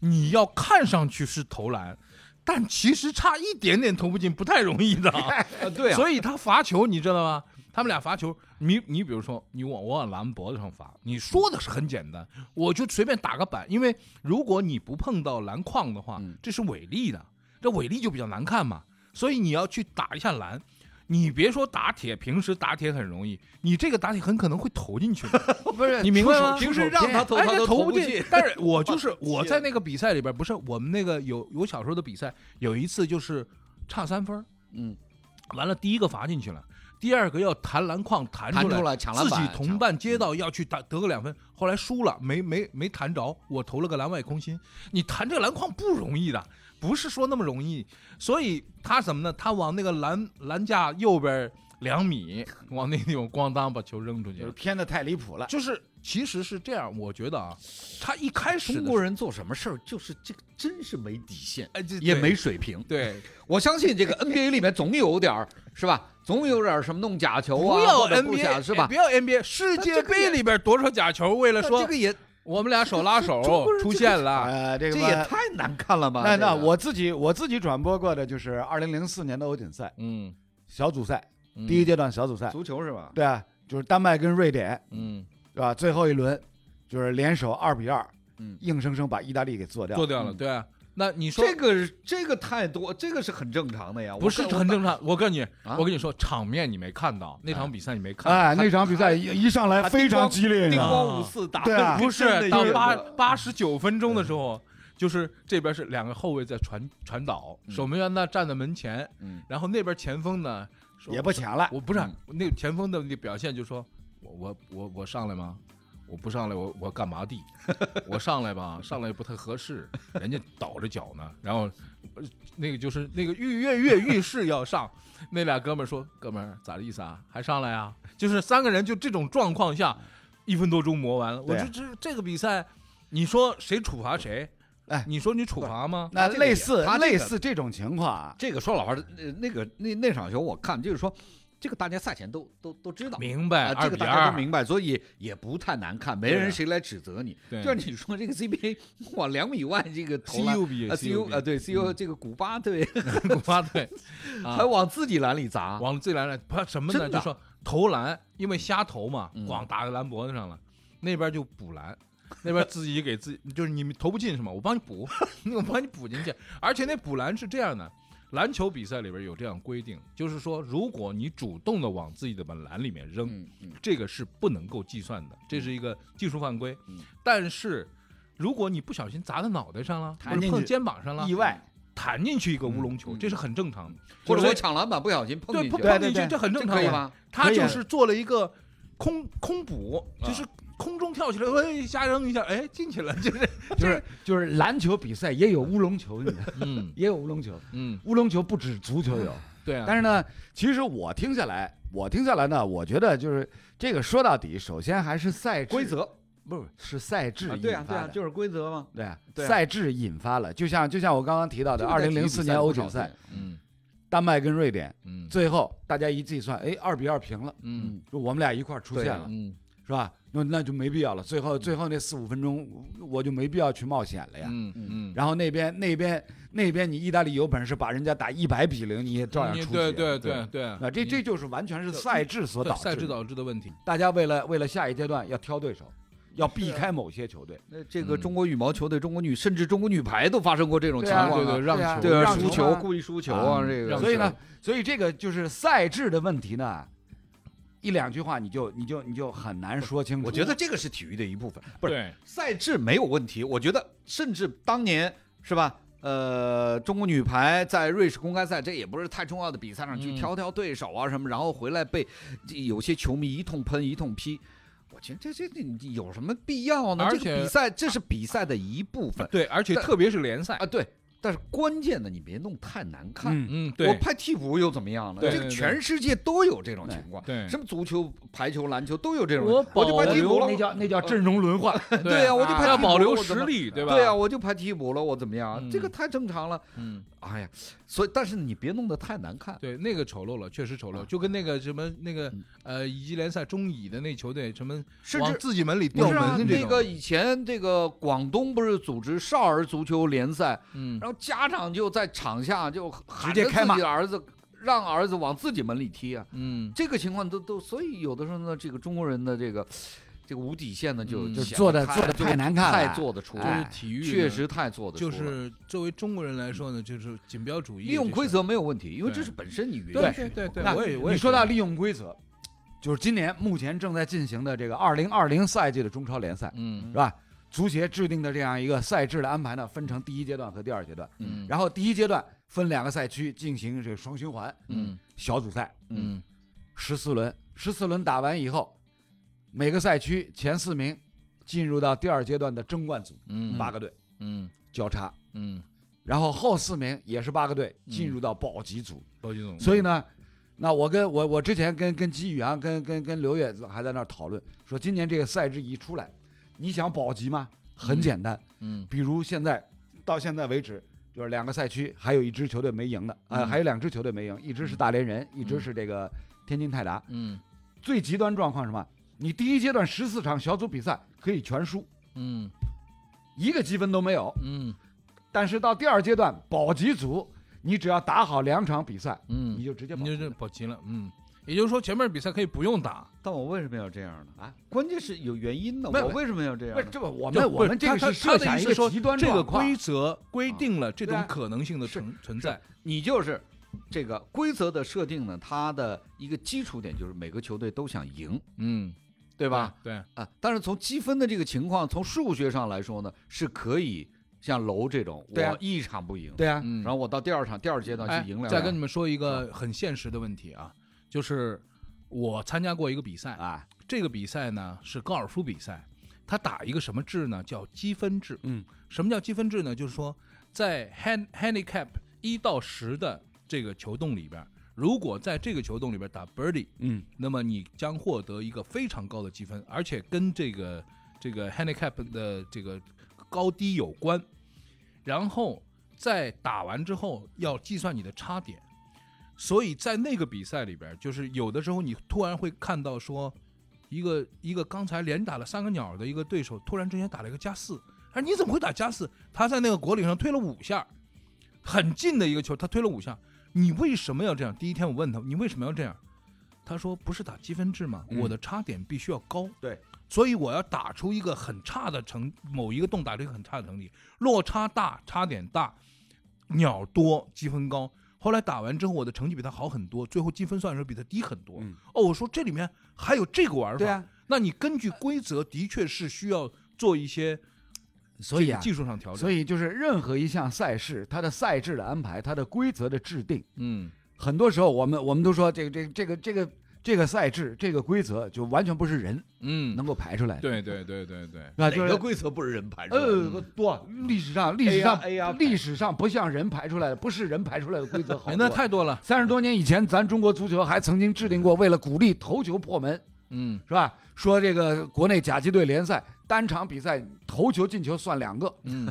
[SPEAKER 4] 你要看上去是投篮，但其实差一点点投不进，不太容易的啊。
[SPEAKER 5] 呃对啊，
[SPEAKER 4] 所以他罚球，你知道吗？他们俩罚球，你你比如说，你往我往篮脖子上罚，你说的是很简单，我就随便打个板，因为如果你不碰到篮筐的话
[SPEAKER 5] 嗯，
[SPEAKER 4] 这是违例的，这违例就比较难看嘛。所以你要去打一下篮，你别说打铁，平时打铁很容易，你这个打铁很可能会投进去的。
[SPEAKER 5] 不是
[SPEAKER 4] 你明白吗？
[SPEAKER 5] 平时让他投，
[SPEAKER 4] 哎
[SPEAKER 5] 他都
[SPEAKER 4] 投
[SPEAKER 5] 不
[SPEAKER 4] 进。。但是我 就是我在那个比赛里边，不是我们那个有有小时候的比赛，有一次就是差三分，
[SPEAKER 5] 嗯，
[SPEAKER 4] 完了第一个罚进去了，第二个要弹篮筐弹
[SPEAKER 5] 弹
[SPEAKER 4] 来，
[SPEAKER 5] 出来抢篮嗯
[SPEAKER 4] 自己
[SPEAKER 5] 板
[SPEAKER 4] 同伴接到要去打得个两分，后来输了，没没没弹着，我投了个篮外空心。你弹这个篮筐不容易的，不是说那么容易，所以他什么呢？他往那个篮篮架右边。两米往那地方咣当把球扔出去
[SPEAKER 6] 就是
[SPEAKER 4] 了，
[SPEAKER 6] 偏的太离谱了。
[SPEAKER 4] 就是其实是这样，我觉得啊，他一开始的
[SPEAKER 5] 中国人做什么事儿就是这个，真是没底线，
[SPEAKER 4] 哎这
[SPEAKER 5] 也
[SPEAKER 4] 对
[SPEAKER 5] 没水平。
[SPEAKER 4] 对，
[SPEAKER 5] 我相信这个 NBA 里面总有点儿是吧？总有点儿什么弄假球啊，
[SPEAKER 4] 不要
[SPEAKER 5] 或者不假
[SPEAKER 4] NBA
[SPEAKER 5] 是吧
[SPEAKER 4] 哎不？要 NBA，世
[SPEAKER 5] 那
[SPEAKER 4] 界
[SPEAKER 5] 这个也
[SPEAKER 4] 杯里边多少假球，为了
[SPEAKER 5] 那
[SPEAKER 4] 说
[SPEAKER 5] 这个也
[SPEAKER 4] 我们俩手拉手
[SPEAKER 5] 中国人
[SPEAKER 4] 出
[SPEAKER 5] 这个
[SPEAKER 4] 现了，
[SPEAKER 6] 呃，这
[SPEAKER 5] 啊这
[SPEAKER 6] 个
[SPEAKER 5] 也太难看了吧？
[SPEAKER 6] 那那
[SPEAKER 5] 这个
[SPEAKER 6] 我自己我自己转播过的就是二零零四年的欧锦赛
[SPEAKER 4] 嗯，
[SPEAKER 6] 小组赛
[SPEAKER 4] 嗯
[SPEAKER 6] 第一阶段小组赛，
[SPEAKER 5] 足球是吧？
[SPEAKER 6] 对啊，就是丹麦跟瑞典，
[SPEAKER 4] 嗯
[SPEAKER 6] 对吧？最后一轮就是联手二比二，
[SPEAKER 5] 嗯
[SPEAKER 6] 硬生生把意大利给做掉。
[SPEAKER 4] 做掉了，对啊，那你说
[SPEAKER 5] 这个这个太多，这个是很正常的呀，
[SPEAKER 4] 不是很正常？我告诉你，
[SPEAKER 5] 啊
[SPEAKER 4] 我跟你说，场面你没看到，那场比赛你没看到，
[SPEAKER 6] 哎，那场比赛一一上来
[SPEAKER 5] 他
[SPEAKER 6] 哎非常激烈
[SPEAKER 5] 叮
[SPEAKER 6] 呢，
[SPEAKER 5] 咣五四打
[SPEAKER 6] 对啊
[SPEAKER 5] 得
[SPEAKER 4] 不是
[SPEAKER 5] 真的
[SPEAKER 4] 到
[SPEAKER 5] 有
[SPEAKER 4] 八八十九分钟的时候，就是这边是两个后卫在传传导，
[SPEAKER 5] 嗯
[SPEAKER 4] 守门员呢站在门前，
[SPEAKER 5] 嗯
[SPEAKER 4] 然后那边前锋呢说
[SPEAKER 6] 也不抢了。
[SPEAKER 4] 我不是啊
[SPEAKER 5] 嗯
[SPEAKER 4] 那个前锋的那表现，就说我我我我上来吗？我不上来，我我干嘛的？ 我上来吧，上来也不太合适，人家倒着脚呢。然后，呃那个就是那个跃跃跃欲试要上，那俩哥们儿说：“哥们儿咋的意思啊？还上来啊？”就是三个人就这种状况下，一分多钟磨完了。我
[SPEAKER 6] 对啊
[SPEAKER 4] 就这这个比赛，你说谁处罚谁？
[SPEAKER 6] 哎
[SPEAKER 4] 你说你处罚吗？
[SPEAKER 6] 那
[SPEAKER 5] 这个
[SPEAKER 6] 类
[SPEAKER 5] 也
[SPEAKER 6] 似
[SPEAKER 5] 他这
[SPEAKER 6] 类
[SPEAKER 5] 个
[SPEAKER 6] 似这种情况啊，
[SPEAKER 5] 这个说老实话，呃那个那那场球我看就是说，这个大家赛前都都都知道，
[SPEAKER 4] 明白，
[SPEAKER 5] 啊，
[SPEAKER 4] 二
[SPEAKER 5] 这个
[SPEAKER 4] 比
[SPEAKER 5] 大家
[SPEAKER 4] 二
[SPEAKER 5] 都，明白，所以也不太难看，没人谁来指责你。
[SPEAKER 4] 对
[SPEAKER 5] 就像你说这个 CBA 往两米外这个投篮
[SPEAKER 4] CU
[SPEAKER 6] E
[SPEAKER 4] 比
[SPEAKER 5] 啊
[SPEAKER 4] CU
[SPEAKER 5] ，CU
[SPEAKER 4] 比
[SPEAKER 5] 啊，对
[SPEAKER 6] 嗯
[SPEAKER 5] CU 这个古巴队
[SPEAKER 4] 古巴队，啊
[SPEAKER 5] 还往自己篮里砸，
[SPEAKER 4] 往最篮上他什么呢？
[SPEAKER 5] 啊真的
[SPEAKER 4] 就说投篮，因为瞎投嘛
[SPEAKER 5] 嗯，
[SPEAKER 4] 咣打在篮脖子上了，那边就补篮。那边自己给自己，就是你们投不进是吗？我帮你补， 我帮你补进去。而且那补篮是这样的，篮球比赛里边有这样规定，就是说，如果你主动的往自己的本篮里面扔，
[SPEAKER 5] 嗯嗯，
[SPEAKER 4] 这个是不能够计算的，这是一个技术犯规。
[SPEAKER 5] 嗯
[SPEAKER 4] 但是，如果你不小心砸到脑袋上了，
[SPEAKER 6] 弹
[SPEAKER 4] 或者
[SPEAKER 6] 进
[SPEAKER 4] 碰
[SPEAKER 6] 去
[SPEAKER 4] 肩膀上了，
[SPEAKER 6] 意外
[SPEAKER 4] 弹进去一个乌龙
[SPEAKER 5] 嗯
[SPEAKER 4] 球，
[SPEAKER 5] 嗯
[SPEAKER 4] 这是很正常的。
[SPEAKER 5] 或者
[SPEAKER 4] 就是
[SPEAKER 5] 说抢篮板不小心碰
[SPEAKER 4] 对
[SPEAKER 5] 进
[SPEAKER 4] 碰
[SPEAKER 5] 去
[SPEAKER 6] 对
[SPEAKER 5] 了，
[SPEAKER 4] 碰进去，这很正
[SPEAKER 5] 这
[SPEAKER 4] 常
[SPEAKER 5] 可以
[SPEAKER 4] 的？
[SPEAKER 5] 吗？
[SPEAKER 4] 他
[SPEAKER 6] 可以
[SPEAKER 4] 就
[SPEAKER 6] 啊
[SPEAKER 4] 是做了一个空空捕，
[SPEAKER 5] 啊
[SPEAKER 4] 就是空中跳起来，哎，瞎扔一下，哎，进去了，就是
[SPEAKER 6] 就是就是篮球比赛也有乌龙球，你知道吗
[SPEAKER 4] 嗯
[SPEAKER 6] 也有乌龙球，
[SPEAKER 4] 嗯，
[SPEAKER 6] 乌龙球不止足球有。
[SPEAKER 4] 对啊，
[SPEAKER 6] 但是呢，其实我听下来，我听下来呢，我觉得就是这个说到底，首先还是赛制
[SPEAKER 5] 规则
[SPEAKER 6] 不是是赛制
[SPEAKER 5] 啊
[SPEAKER 6] 引，
[SPEAKER 5] 对啊对
[SPEAKER 6] 发
[SPEAKER 5] 啊，
[SPEAKER 6] 的。
[SPEAKER 5] 就是规则嘛。
[SPEAKER 6] 对啊
[SPEAKER 5] 对啊
[SPEAKER 6] 赛制引发了，就像就像我刚刚提到的，
[SPEAKER 5] 这个
[SPEAKER 6] 二
[SPEAKER 5] 在
[SPEAKER 6] 零零
[SPEAKER 5] 体育
[SPEAKER 6] 四
[SPEAKER 5] 比
[SPEAKER 6] 年欧
[SPEAKER 5] 不
[SPEAKER 6] 锦
[SPEAKER 5] 少
[SPEAKER 6] 赛
[SPEAKER 5] 见，，
[SPEAKER 4] 嗯
[SPEAKER 6] 丹麦跟瑞典，
[SPEAKER 4] 嗯
[SPEAKER 6] 最后大家一计算，哎，二比二平了，
[SPEAKER 4] 嗯
[SPEAKER 6] 就我们俩一块儿出现
[SPEAKER 5] 对啊
[SPEAKER 6] 了，
[SPEAKER 4] 嗯
[SPEAKER 6] 是吧？那那就没必要了。最后最后那四五分钟，我就没必要去冒险了呀。
[SPEAKER 4] 嗯嗯，
[SPEAKER 6] 然后那边那边那边，你意大利有本事把人家打一百比零，你也照样
[SPEAKER 4] 你
[SPEAKER 6] 出去。
[SPEAKER 4] 对对对
[SPEAKER 6] 啊，
[SPEAKER 4] 对，
[SPEAKER 6] 这
[SPEAKER 4] 你
[SPEAKER 6] 这就是完全是
[SPEAKER 4] 对
[SPEAKER 6] 赛制所
[SPEAKER 4] 对
[SPEAKER 6] 导致的。
[SPEAKER 4] 赛制导致的问题，
[SPEAKER 6] 大家为了为了下一阶段要挑对手，要避开某些球队。
[SPEAKER 5] 那这个
[SPEAKER 4] 嗯
[SPEAKER 5] 中国羽毛球队、中国女甚至中国女排都发生过这种
[SPEAKER 6] 对
[SPEAKER 5] 情
[SPEAKER 6] 啊
[SPEAKER 4] 对
[SPEAKER 5] 况
[SPEAKER 4] 对
[SPEAKER 5] 啊，
[SPEAKER 4] 让
[SPEAKER 6] 啊
[SPEAKER 4] 球
[SPEAKER 5] 对啊，
[SPEAKER 6] 让
[SPEAKER 5] 输
[SPEAKER 6] 球
[SPEAKER 5] 球
[SPEAKER 6] 啊
[SPEAKER 5] 故意输球啊，
[SPEAKER 4] 嗯
[SPEAKER 5] 这
[SPEAKER 4] 让
[SPEAKER 5] 个
[SPEAKER 6] 所以呢，所以这个就是赛制的问题呢，一两句话你就你就你就很难说清楚。
[SPEAKER 5] 我觉得这个是体育的一部分，不是
[SPEAKER 4] 对，
[SPEAKER 5] 赛制没有问题，我觉得甚至当年是吧？呃，中国女排在瑞士公开赛，这也不是太重要的比赛上去
[SPEAKER 4] 嗯
[SPEAKER 5] 挑挑对手啊什么，然后回来被这有些球迷一通喷一通批。我觉得这这这你有什么必要呢？
[SPEAKER 4] 而
[SPEAKER 5] 这
[SPEAKER 4] 且
[SPEAKER 5] 个比赛这是比赛的一部分
[SPEAKER 4] 对，而且
[SPEAKER 5] 但
[SPEAKER 4] 特别是联赛，
[SPEAKER 5] 啊，对。但是关键的你别弄太难看。
[SPEAKER 6] 嗯，
[SPEAKER 4] 嗯，
[SPEAKER 5] 我
[SPEAKER 4] 对
[SPEAKER 5] 派替补又怎么样呢？
[SPEAKER 4] 对
[SPEAKER 5] 这个
[SPEAKER 4] 对对
[SPEAKER 5] 全世界都有这种情况，
[SPEAKER 4] 对
[SPEAKER 5] 什么足球、排球、篮球都有这种。
[SPEAKER 4] 我
[SPEAKER 5] 我就
[SPEAKER 4] 保
[SPEAKER 5] 派替补
[SPEAKER 4] 留
[SPEAKER 5] 了，
[SPEAKER 6] 那叫那叫阵容轮换。
[SPEAKER 5] 对啊我就怕
[SPEAKER 4] 要
[SPEAKER 5] 替补
[SPEAKER 4] 保留
[SPEAKER 5] 我怎
[SPEAKER 4] 实
[SPEAKER 5] 么
[SPEAKER 4] 力，对吧？
[SPEAKER 5] 对啊，，我就排替补了，我怎么样？
[SPEAKER 4] 嗯
[SPEAKER 5] 这个太正常了。
[SPEAKER 4] 嗯。
[SPEAKER 5] 哎呀，所以但是你别弄得太难看。
[SPEAKER 4] 对，那个丑陋了，确实丑陋，
[SPEAKER 5] 啊
[SPEAKER 4] 就跟那个什么那个
[SPEAKER 5] 嗯
[SPEAKER 4] 呃乙级联赛中乙的那球队，什么
[SPEAKER 5] 甚
[SPEAKER 4] 往
[SPEAKER 5] 至
[SPEAKER 4] 自己门里
[SPEAKER 5] 不
[SPEAKER 4] 掉
[SPEAKER 5] 是啊，
[SPEAKER 4] 门这
[SPEAKER 5] 那
[SPEAKER 4] 种，
[SPEAKER 5] 个以前这个广东不是组织少儿足球联赛，
[SPEAKER 4] 嗯
[SPEAKER 5] 然后家长就在场下就喊
[SPEAKER 6] 直接
[SPEAKER 5] 着
[SPEAKER 6] 开
[SPEAKER 5] 自
[SPEAKER 6] 骂
[SPEAKER 5] 己的儿子，让儿子往自己门里踢啊。
[SPEAKER 4] 嗯，
[SPEAKER 5] 这个情况都都，所以有的时候呢，这个中国人的这个这个无底线呢，就
[SPEAKER 4] 嗯
[SPEAKER 6] 就
[SPEAKER 5] 显
[SPEAKER 6] 做
[SPEAKER 5] 得
[SPEAKER 6] 得
[SPEAKER 5] 太
[SPEAKER 6] 做得
[SPEAKER 5] 就
[SPEAKER 6] 太难看了
[SPEAKER 5] 太做得出
[SPEAKER 4] 就
[SPEAKER 5] 来
[SPEAKER 4] 是
[SPEAKER 6] 哎，
[SPEAKER 4] 体育呢
[SPEAKER 5] 确实太做得
[SPEAKER 4] 就
[SPEAKER 5] 出来。
[SPEAKER 4] 是作为中国人来说呢，就是锦标主义，
[SPEAKER 5] 利用规，则没有问题，因为
[SPEAKER 4] 对
[SPEAKER 5] 这是本身你允
[SPEAKER 4] 对
[SPEAKER 5] 许
[SPEAKER 4] 对对对，
[SPEAKER 6] 那
[SPEAKER 4] 我也我也
[SPEAKER 6] 你说
[SPEAKER 4] 觉
[SPEAKER 6] 到
[SPEAKER 4] 得
[SPEAKER 6] 利用规则，就是今年目前正在进行的这个二零二零赛季的中超联赛，
[SPEAKER 4] 嗯
[SPEAKER 6] 是吧？足协制定的这样一个赛制的安排呢，分成第一阶段和第二阶段，
[SPEAKER 4] 嗯
[SPEAKER 6] 然后第一阶段分两个赛区进行这个双循环，
[SPEAKER 4] 嗯
[SPEAKER 6] 小组赛
[SPEAKER 4] 嗯
[SPEAKER 6] 十四轮，十四轮打完以后，每个赛区前四名进入到第二阶段的争冠组，
[SPEAKER 4] 嗯
[SPEAKER 6] 八个队
[SPEAKER 4] 嗯
[SPEAKER 6] 交叉，
[SPEAKER 4] 嗯，
[SPEAKER 6] 然后后四名也是八个队进入到保级组，
[SPEAKER 4] 高级总，
[SPEAKER 6] 所以呢，那我跟我我之前跟跟季宇啊，跟跟跟刘烨还在那儿讨论，说今年这个赛制一出来，你想保级吗？很简单，
[SPEAKER 5] 嗯
[SPEAKER 6] 比如现在到现在为止，就是两个赛区还有一支球队没赢的，呃，
[SPEAKER 5] 嗯
[SPEAKER 6] 还有两支球队没赢，一支是大连人，一支是这个天津泰达。
[SPEAKER 5] 嗯
[SPEAKER 6] 最极端状况是什么？你第一阶段十四场小组比赛可以全输，
[SPEAKER 5] 嗯
[SPEAKER 6] 一个积分都没有，
[SPEAKER 5] 嗯
[SPEAKER 6] 但是到第二阶段保级组，你只要打好两场比赛，你
[SPEAKER 5] 嗯。
[SPEAKER 6] 就直接保
[SPEAKER 4] 你
[SPEAKER 6] 级
[SPEAKER 4] 就
[SPEAKER 6] 了
[SPEAKER 4] 是保级了，嗯，也就是说前面比赛可以不用打，
[SPEAKER 5] 但我为什么要这样呢？
[SPEAKER 6] 啊，
[SPEAKER 5] 关键是有原因的。
[SPEAKER 6] 没有
[SPEAKER 5] 我为什么要这样
[SPEAKER 6] 不
[SPEAKER 5] 呢？
[SPEAKER 6] 是这不我
[SPEAKER 4] 就
[SPEAKER 6] 们
[SPEAKER 4] 不
[SPEAKER 6] 我们这
[SPEAKER 4] 他
[SPEAKER 6] 个
[SPEAKER 4] 他
[SPEAKER 6] 是
[SPEAKER 4] 他
[SPEAKER 6] 设
[SPEAKER 4] 的
[SPEAKER 6] 想
[SPEAKER 4] 意
[SPEAKER 6] 一
[SPEAKER 4] 思是
[SPEAKER 6] 个
[SPEAKER 4] 说
[SPEAKER 6] 极端
[SPEAKER 4] 这个
[SPEAKER 6] 状
[SPEAKER 4] 规
[SPEAKER 6] 况，
[SPEAKER 4] 则规定了这
[SPEAKER 6] 对
[SPEAKER 4] 种
[SPEAKER 6] 啊
[SPEAKER 4] 可能性的
[SPEAKER 6] 是
[SPEAKER 4] 存存在，
[SPEAKER 5] 你就是这个规则的设定呢，它的一个基础点就是每个球队都想赢，
[SPEAKER 4] 嗯，
[SPEAKER 5] 对
[SPEAKER 4] 对
[SPEAKER 5] 吧？？
[SPEAKER 4] 对，
[SPEAKER 5] 啊，但是从积分的这个情况，从数学上来说呢，是可以像楼这种，
[SPEAKER 6] 对啊
[SPEAKER 5] 我一场不赢，
[SPEAKER 6] 对啊，
[SPEAKER 4] 嗯
[SPEAKER 5] 然后我到第二场第二阶段
[SPEAKER 4] 哎
[SPEAKER 5] 去赢两场，
[SPEAKER 4] 再跟你们说一个很现实的问题啊，就是我参加过一个比赛，
[SPEAKER 5] 啊，
[SPEAKER 4] 这个比赛呢是高尔夫比赛，它打一个什么制呢？叫积分制。
[SPEAKER 6] 嗯，
[SPEAKER 4] 什么叫积分制呢？就是说在 hand handicap 一到十的这个球洞里边，如果在这个球洞里边打 birdie，
[SPEAKER 6] 嗯，
[SPEAKER 4] 那么你将获得一个非常高的积分，而且跟这个这个 handicap 的这个高低有关。然后在打完之后要计算你的差点，所以在那个比赛里边，就是有的时候你突然会看到说，一个一个刚才连打了三个鸟的一个对手，突然之间打了一个加四，哎，你怎么会打加四？他在那个果岭上推了五下，很近的一个球，他推了五下，你为什么要这样？第一天我问他，你为什么要这样？他说不是打积分制吗？我的差点必须要高，
[SPEAKER 6] 嗯对，
[SPEAKER 4] 所以我要打出一个很差的成，某一个洞打出一个很差的成绩，落差大，差点大，鸟多，积分高。后来打完之后，我的成绩比他好很多，最后积分算是比他低很多。
[SPEAKER 6] 嗯
[SPEAKER 4] 哦，我说这里面还有这个玩法，
[SPEAKER 6] 对啊，
[SPEAKER 4] 那你根据规则的确是需要做一些
[SPEAKER 6] 所以
[SPEAKER 4] 这个
[SPEAKER 6] 啊，
[SPEAKER 4] 技术上调整。
[SPEAKER 6] 所以就是任何一项赛事，它的赛制的安排，它的规则的制定，
[SPEAKER 4] 嗯，
[SPEAKER 6] 很多时候我们我们都说这个这个这个这个这个赛制这个规则就完全不是人
[SPEAKER 4] 嗯，
[SPEAKER 6] 能够排出来的，
[SPEAKER 4] 对对对对对，
[SPEAKER 6] 啊，就是
[SPEAKER 5] 哪个规则不是人排出来的？
[SPEAKER 6] 呃不
[SPEAKER 4] 嗯
[SPEAKER 6] 多历史上历
[SPEAKER 5] 哎
[SPEAKER 6] 史
[SPEAKER 5] 呀
[SPEAKER 6] 上
[SPEAKER 5] 哎呀
[SPEAKER 6] 历史上不像人排出来的，不是人排出来的规则好
[SPEAKER 4] 哎
[SPEAKER 6] 多，
[SPEAKER 4] 那太多了。
[SPEAKER 6] 三十多年以前，咱中国足球还曾经制定过为了鼓励头球破门，
[SPEAKER 4] 嗯
[SPEAKER 6] 是吧？说这个国内甲级队联赛单场比赛头球进球算两个，
[SPEAKER 4] 嗯，